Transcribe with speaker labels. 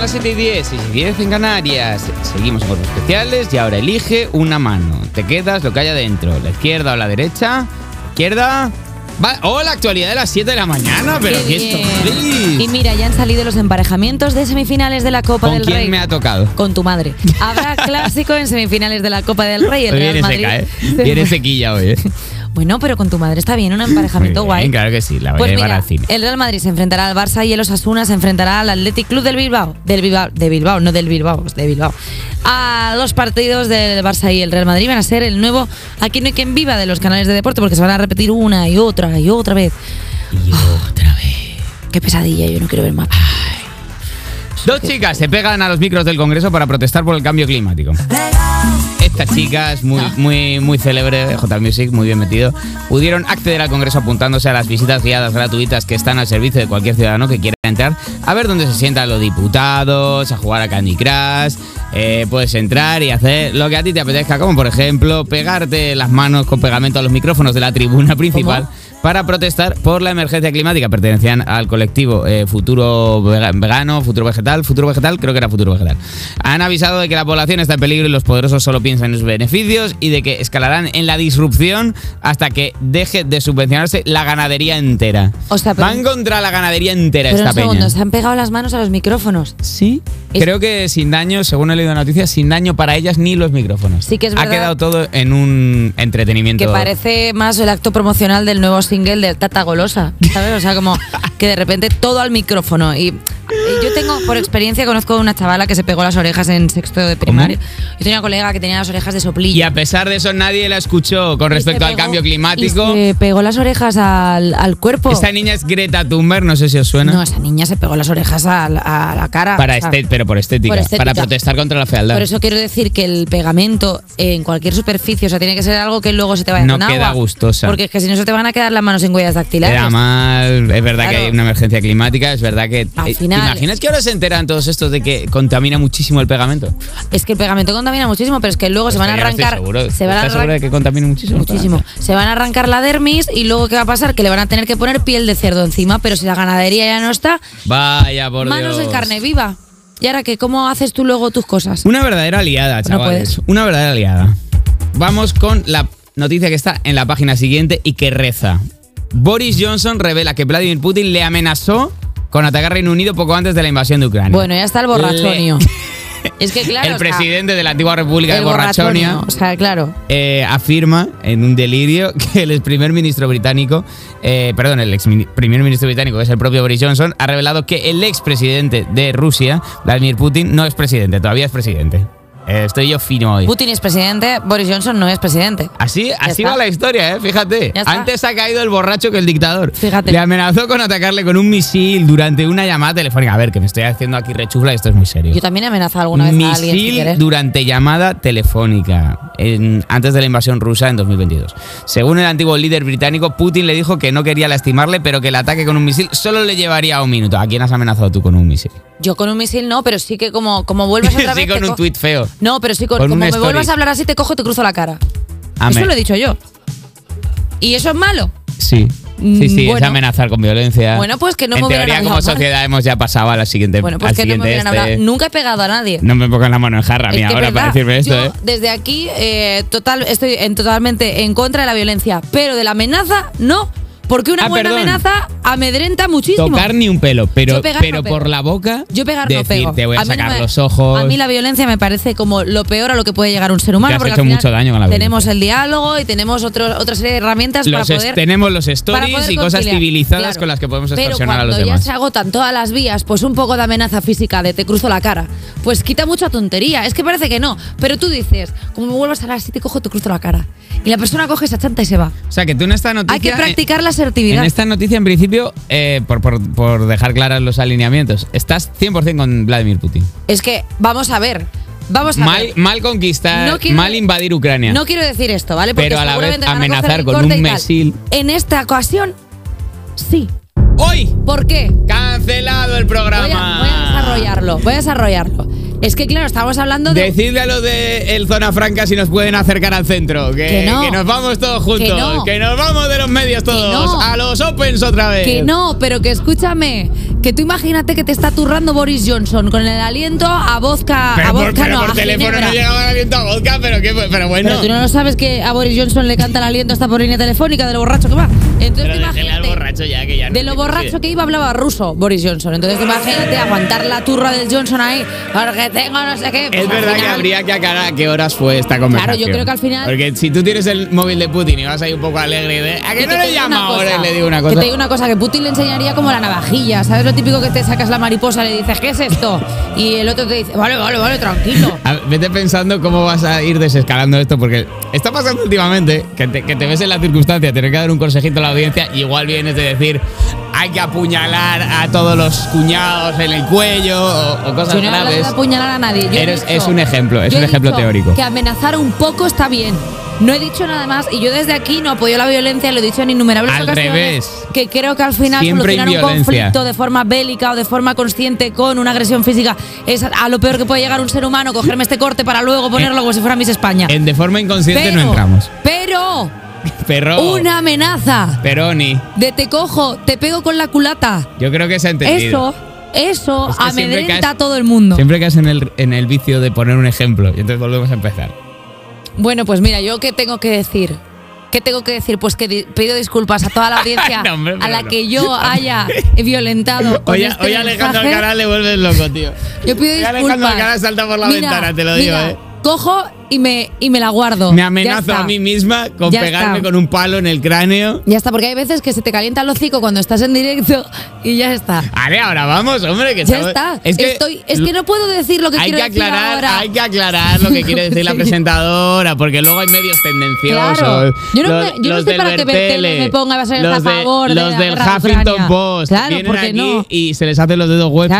Speaker 1: las 7 y 10, 6 y 10 en Canarias. Seguimos con los especiales y ahora elige una mano. Te quedas lo que hay adentro, la izquierda o la derecha. Izquierda. Va- ¡Oh, la actualidad de las 7 de la mañana! ¡Pero
Speaker 2: Qué
Speaker 1: qué esto!
Speaker 2: bien. Y mira, ya han salido los emparejamientos de semifinales de la Copa
Speaker 1: ¿Con
Speaker 2: del
Speaker 1: quién
Speaker 2: Rey.
Speaker 1: me ha tocado?
Speaker 2: Con tu madre. Habrá clásico en semifinales de la Copa del Rey. El
Speaker 1: Hoy
Speaker 2: Real
Speaker 1: viene
Speaker 2: Madrid.
Speaker 1: seca, ¿eh?
Speaker 2: se-
Speaker 1: Viene sequilla hoy, ¿eh?
Speaker 2: Bueno, pero con tu madre está bien, un
Speaker 1: Muy
Speaker 2: emparejamiento
Speaker 1: bien,
Speaker 2: guay.
Speaker 1: Claro que sí, la voy
Speaker 2: Pues
Speaker 1: a llevar
Speaker 2: mira,
Speaker 1: al cine.
Speaker 2: el Real Madrid se enfrentará al Barça y el Osasuna se enfrentará al Athletic Club del Bilbao. Del Bilbao, de Bilbao, no del Bilbao, de Bilbao. A los partidos del Barça y el Real Madrid van a ser el nuevo Aquí no hay quien viva de los canales de deporte porque se van a repetir una y otra y otra vez.
Speaker 1: Y otra vez.
Speaker 2: Qué pesadilla, yo no quiero ver más.
Speaker 1: Dos chicas se pegan a los micros del Congreso para protestar por el cambio climático. Estas chicas, muy, muy, muy célebre, J Music, muy bien metido, pudieron acceder al Congreso apuntándose a las visitas guiadas gratuitas que están al servicio de cualquier ciudadano que quiera entrar a ver dónde se sientan los diputados, a jugar a Candy Crush. eh, puedes entrar y hacer lo que a ti te apetezca, como por ejemplo pegarte las manos con pegamento a los micrófonos de la tribuna principal para protestar por la emergencia climática. Pertenecían al colectivo eh, Futuro Vega- Vegano, Futuro Vegetal, Futuro Vegetal, creo que era Futuro Vegetal. Han avisado de que la población está en peligro y los poderosos solo piensan en sus beneficios y de que escalarán en la disrupción hasta que deje de subvencionarse la ganadería entera.
Speaker 2: O sea, pero-
Speaker 1: Van contra la ganadería entera
Speaker 2: Pero
Speaker 1: esta
Speaker 2: un segundo,
Speaker 1: peña.
Speaker 2: se han pegado las manos a los micrófonos.
Speaker 1: Sí.
Speaker 2: Es-
Speaker 1: Creo que sin daño, según he leído en la noticia, sin daño para ellas ni los micrófonos.
Speaker 2: Sí que es
Speaker 1: Ha
Speaker 2: verdad.
Speaker 1: quedado todo en un entretenimiento.
Speaker 2: Que parece más el acto promocional del nuevo single de Tata Golosa, ¿sabes? O sea, como que de repente todo al micrófono. Y y yo tengo, por experiencia, conozco una chavala que se pegó las orejas en sexto de primaria. Yo tenía una colega que tenía las orejas de
Speaker 1: Y
Speaker 2: soplillo.
Speaker 1: a pesar de eso nadie la escuchó con respecto
Speaker 2: Y se
Speaker 1: al
Speaker 2: pegó-
Speaker 1: cambio
Speaker 2: y
Speaker 1: climático.
Speaker 2: se pegó las orejas al, al cuerpo.
Speaker 1: Esta niña es Greta Thunberg, no sé si os suena.
Speaker 2: no, esa niña se pegó las orejas al- a, la cara.
Speaker 1: para
Speaker 2: o sea,
Speaker 1: este, pero por estética,
Speaker 2: por estética.
Speaker 1: para protestar contra la fealdad.
Speaker 2: Por eso quiero decir que el pegamento en cualquier superficie, o sea, tiene que ser algo que luego se te vaya
Speaker 1: No
Speaker 2: con
Speaker 1: queda
Speaker 2: agua.
Speaker 1: gustosa.
Speaker 2: Porque es que si no se te van a quedar las manos en huellas dactilares.
Speaker 1: Era mal, es verdad que
Speaker 2: pues, Claro.
Speaker 1: hay una emergencia climática, es verdad que...
Speaker 2: Al
Speaker 1: eh, ¿te
Speaker 2: final-
Speaker 1: imaginas que ahora se enteran todos estos de que contamina muchísimo el pegamento?
Speaker 2: Es que el pegamento contamina muchísimo, pero es que luego Pues se van a
Speaker 1: Yo no estoy
Speaker 2: arrancar.
Speaker 1: Pues seguro.
Speaker 2: Se van a
Speaker 1: ¿Estás segura de
Speaker 2: arrancar
Speaker 1: que contamina muchísimo? el
Speaker 2: muchísimo.
Speaker 1: pegamento?
Speaker 2: Se van a arrancar la dermis y luego ¿qué va a pasar? Que le van a tener que poner piel de cerdo encima, pero si la ganadería ya no está,
Speaker 1: Vaya, por
Speaker 2: manos
Speaker 1: Dios.
Speaker 2: de carne viva. Y ahora que cómo haces tú luego tus cosas.
Speaker 1: Una verdadera liada, chavales.
Speaker 2: puedes.
Speaker 1: Una verdadera liada. Vamos con la noticia que está en la página siguiente y que reza. Boris Johnson revela que Vladimir Putin le amenazó con atacar Reino Unido poco antes de la invasión de Ucrania.
Speaker 2: Bueno, ya está el borrachonio.
Speaker 1: Le-
Speaker 2: Es que claro,
Speaker 1: el
Speaker 2: o sea,
Speaker 1: presidente de la antigua República de
Speaker 2: el borrachonio,
Speaker 1: Borrachonia
Speaker 2: O sea, claro.
Speaker 1: eh, afirma en un delirio que el ex primer ministro británico, eh, perdón, el ex mini- primer ministro británico, que es el propio Boris Johnson, ha revelado que el ex presidente de Rusia, Vladimir Putin, no es presidente, todavía es presidente. Eh, estoy yo fino hoy.
Speaker 2: Putin es presidente, Boris Johnson no es presidente.
Speaker 1: Así, así
Speaker 2: está.
Speaker 1: va la historia, ¿eh? fíjate.
Speaker 2: Ya está.
Speaker 1: Antes ha caído el borracho que el dictador.
Speaker 2: Fíjate.
Speaker 1: Le amenazó con atacarle con un misil durante una llamada telefónica. A ver, que me estoy haciendo aquí rechufla, esto es muy serio.
Speaker 2: Yo también he amenazado alguna vez a alguien sin
Speaker 1: Misil
Speaker 2: querer.
Speaker 1: durante llamada telefónica, en- antes de la invasión rusa en 2022. Según el antiguo líder británico, Putin le dijo que no quería lastimarle, pero que el ataque con un misil solo le llevaría un minuto. ¿A quién has amenazado tú con un misil?
Speaker 2: Yo con un misil no, pero sí que como, como vuelvas otra
Speaker 1: sí,
Speaker 2: vez.
Speaker 1: con
Speaker 2: te
Speaker 1: un
Speaker 2: co-
Speaker 1: tuit feo.
Speaker 2: No, pero sí, con-
Speaker 1: Con
Speaker 2: como
Speaker 1: un
Speaker 2: me
Speaker 1: story.
Speaker 2: vuelvas a hablar así, te cojo y te cruzo la cara.
Speaker 1: Amén.
Speaker 2: Eso lo he dicho yo. ¿Y eso es malo?
Speaker 1: Sí, sí, sí,
Speaker 2: Mm, bueno.
Speaker 1: es amenazar con violencia.
Speaker 2: Bueno, pues que no
Speaker 1: en
Speaker 2: me hubieran
Speaker 1: teoría, como
Speaker 2: hablado mal.
Speaker 1: sociedad hemos ya pasado a la siguiente.
Speaker 2: Bueno, pues
Speaker 1: Eh, al
Speaker 2: que no
Speaker 1: siguiente
Speaker 2: me hubieran
Speaker 1: este.
Speaker 2: hablado. Nunca he pegado a nadie.
Speaker 1: No me pongan la mano en jarra a
Speaker 2: Es
Speaker 1: mí
Speaker 2: que es
Speaker 1: ahora para
Speaker 2: verdad.
Speaker 1: decirme esto,
Speaker 2: Yo,
Speaker 1: ¿eh?
Speaker 2: Desde aquí, eh, total, estoy en, totalmente en contra de la violencia. Pero de la amenaza, no. Porque una
Speaker 1: Ah,
Speaker 2: buena
Speaker 1: perdón.
Speaker 2: amenaza amedrenta muchísimo.
Speaker 1: Tocar ni un pelo, pero,
Speaker 2: Yo pegar no
Speaker 1: pero
Speaker 2: pego.
Speaker 1: por la boca.
Speaker 2: Yo pegar no
Speaker 1: decir,
Speaker 2: pego.
Speaker 1: Te voy a,
Speaker 2: mí no
Speaker 1: sacar
Speaker 2: me-
Speaker 1: los ojos.
Speaker 2: A mí la violencia me parece como lo peor a lo que puede llegar un ser humano.
Speaker 1: has
Speaker 2: porque
Speaker 1: hecho
Speaker 2: al final
Speaker 1: mucho daño con la
Speaker 2: Tenemos
Speaker 1: violencia.
Speaker 2: el diálogo y tenemos otro, otra serie de herramientas
Speaker 1: Los
Speaker 2: para
Speaker 1: es-
Speaker 2: poder.
Speaker 1: tenemos los stories
Speaker 2: para poder
Speaker 1: y cosas
Speaker 2: conciliar.
Speaker 1: civilizadas
Speaker 2: Claro.
Speaker 1: con las que podemos
Speaker 2: Pero
Speaker 1: extorsionar a los
Speaker 2: cuando
Speaker 1: demás.
Speaker 2: ya se agotan todas las vías, pues un poco de amenaza física de te cruzo la cara, pues quita mucha tontería. Es que parece que no. Pero tú dices, como me vuelvas a hablar así, te cojo, te cruzo la cara. Y la persona coge esa chanta y se va.
Speaker 1: O sea, que tú en esta noticia.
Speaker 2: Hay que
Speaker 1: en-
Speaker 2: practicar la asertividad.
Speaker 1: En esta noticia, en principio, eh, por, por- por dejar claros los alineamientos, estás 100% con Vladimir Putin.
Speaker 2: Es que, vamos a ver. Vamos a
Speaker 1: Mal,
Speaker 2: ver.
Speaker 1: mal conquistar,
Speaker 2: No quiero-
Speaker 1: Eh, mal invadir Ucrania.
Speaker 2: No quiero decir esto, ¿vale? Porque
Speaker 1: Pero a la vez
Speaker 2: seguramente van a
Speaker 1: amenazar
Speaker 2: coger el
Speaker 1: con
Speaker 2: corte
Speaker 1: un
Speaker 2: y tal.
Speaker 1: misil.
Speaker 2: En esta ocasión, sí.
Speaker 1: ¡Hoy!
Speaker 2: ¿Por qué?
Speaker 1: ¡Cancelado el
Speaker 2: Voy a,
Speaker 1: programa!
Speaker 2: voy a desarrollarlo, voy a desarrollarlo. Es que, claro, estábamos hablando de.
Speaker 1: Decidle a los de el Zona Franca si nos pueden acercar al centro. Que,
Speaker 2: Que no.
Speaker 1: nos vamos todos juntos.
Speaker 2: Que no.
Speaker 1: nos vamos de los medios todos.
Speaker 2: no.
Speaker 1: A los Opens otra vez.
Speaker 2: Que no, pero que escúchame. Que tú imagínate que te está turrando Boris Johnson con el aliento a vodka.
Speaker 1: Pero
Speaker 2: a
Speaker 1: por,
Speaker 2: vodka
Speaker 1: pero
Speaker 2: no,
Speaker 1: por
Speaker 2: a
Speaker 1: teléfono
Speaker 2: ginebra.
Speaker 1: no llegaba el aliento a vodka, pero, qué- pero bueno.
Speaker 2: Pero tú no lo sabes que a Boris Johnson le canta el aliento hasta por línea telefónica de lo borracho que va. Entonces
Speaker 1: Pero
Speaker 2: tú
Speaker 1: déjele al
Speaker 2: imagínate.
Speaker 1: borracho ya, que ya no
Speaker 2: De
Speaker 1: te
Speaker 2: lo
Speaker 1: consigue.
Speaker 2: borracho que iba hablaba ruso Boris Johnson. Entonces tú imagínate aguantar la turra del Johnson ahí. Porque tengo no sé qué. Pues,
Speaker 1: Es
Speaker 2: al
Speaker 1: verdad que
Speaker 2: final-
Speaker 1: habría que aclarar a qué horas fue esta conversación.
Speaker 2: yo creo que al final-
Speaker 1: Porque si tú tienes el móvil de Putin y vas ahí un poco alegre, de, ¿a
Speaker 2: que
Speaker 1: qué no
Speaker 2: te
Speaker 1: le
Speaker 2: digo una
Speaker 1: llama ahora?
Speaker 2: cosa,
Speaker 1: Y le digo una
Speaker 2: Que
Speaker 1: cosa.
Speaker 2: te digo una cosa, que Putin le enseñaría como la navajilla. ¿Sabes lo típico que te sacas la mariposa y le dices, ¿qué es esto? Y el otro te dice, vale, vale, vale, tranquilo.
Speaker 1: A ver, vete pensando cómo vas a ir desescalando esto, porque está pasando últimamente que te, que te ves en la circunstancia, tener que dar un consejito a la audiencia, y igual vienes de decir hay que apuñalar a todos los cuñados en el cuello o, o cosas
Speaker 2: Yo no he hablado de
Speaker 1: graves.
Speaker 2: apuñalar a nadie. Yo he
Speaker 1: Eres-
Speaker 2: dicho-
Speaker 1: es un ejemplo, es
Speaker 2: yo
Speaker 1: un
Speaker 2: he
Speaker 1: ejemplo
Speaker 2: dicho
Speaker 1: teórico.
Speaker 2: Que amenazar un poco está bien. No he dicho nada más y yo desde aquí no apoyo la violencia, lo he dicho en innumerables
Speaker 1: Al
Speaker 2: ocasiones.
Speaker 1: revés.
Speaker 2: Que creo que al final
Speaker 1: Siempre hay
Speaker 2: solucionar un
Speaker 1: violencia.
Speaker 2: conflicto de forma bélica o de forma consciente con una agresión física es a lo peor que puede llegar un ser humano, cogerme este corte para luego ponerlo como si fuera Miss España.
Speaker 1: Eh, En de forma inconsciente no entramos. Oh.
Speaker 2: Pero
Speaker 1: Pero
Speaker 2: una amenaza
Speaker 1: Peroni,
Speaker 2: de te cojo, te pego con la culata.
Speaker 1: yo creo que se ha entendido.
Speaker 2: Eso, eso
Speaker 1: Es que siempre
Speaker 2: amedrenta
Speaker 1: caes-
Speaker 2: a todo el mundo.
Speaker 1: Siempre caes en el, en el vicio de poner un ejemplo y entonces volvemos a empezar.
Speaker 2: Bueno, pues mira, yo qué tengo que decir. ¿Qué tengo que decir? Pues que di- pido disculpas a toda la audiencia
Speaker 1: No, hombre, pero
Speaker 2: a la
Speaker 1: no.
Speaker 2: que yo haya violentado. con
Speaker 1: Oye,
Speaker 2: este
Speaker 1: oye, Alejandro
Speaker 2: mensaje.
Speaker 1: Alcaraz le vuelves loco, tío.
Speaker 2: Yo pido
Speaker 1: Oye,
Speaker 2: disculpas.
Speaker 1: Alejandro Alcaraz salta por la ventana, te lo digo,
Speaker 2: mira,
Speaker 1: eh.
Speaker 2: Cojo y me, y me la guardo.
Speaker 1: Me
Speaker 2: Ya
Speaker 1: amenazo
Speaker 2: está.
Speaker 1: a mí misma con
Speaker 2: Ya
Speaker 1: pegarme
Speaker 2: está.
Speaker 1: con un palo en el cráneo.
Speaker 2: Ya está, porque hay veces que se te calienta el hocico cuando estás en directo y ya está.
Speaker 1: Vale, ahora vamos, hombre. Que
Speaker 2: Ya
Speaker 1: estamos-
Speaker 2: está. Es que, Estoy, es que no puedo decir lo que
Speaker 1: hay
Speaker 2: quiero
Speaker 1: que
Speaker 2: decir
Speaker 1: aclarar,
Speaker 2: ahora.
Speaker 1: Hay que aclarar lo que quiere decir la
Speaker 2: Sí.
Speaker 1: presentadora, porque luego hay medios tendenciosos.
Speaker 2: Claro. Yo no
Speaker 1: Los-
Speaker 2: me- yo no
Speaker 1: los
Speaker 2: sé
Speaker 1: del
Speaker 2: para qué Bertele
Speaker 1: Bertele,
Speaker 2: me ponga, va a ser
Speaker 1: los
Speaker 2: a
Speaker 1: de-
Speaker 2: favor de
Speaker 1: Los
Speaker 2: la
Speaker 1: del
Speaker 2: guerra de
Speaker 1: Huffington
Speaker 2: Ucrania.
Speaker 1: Post.
Speaker 2: Claro,
Speaker 1: vienen
Speaker 2: porque
Speaker 1: aquí
Speaker 2: no.
Speaker 1: Y se les hacen los dedos huecos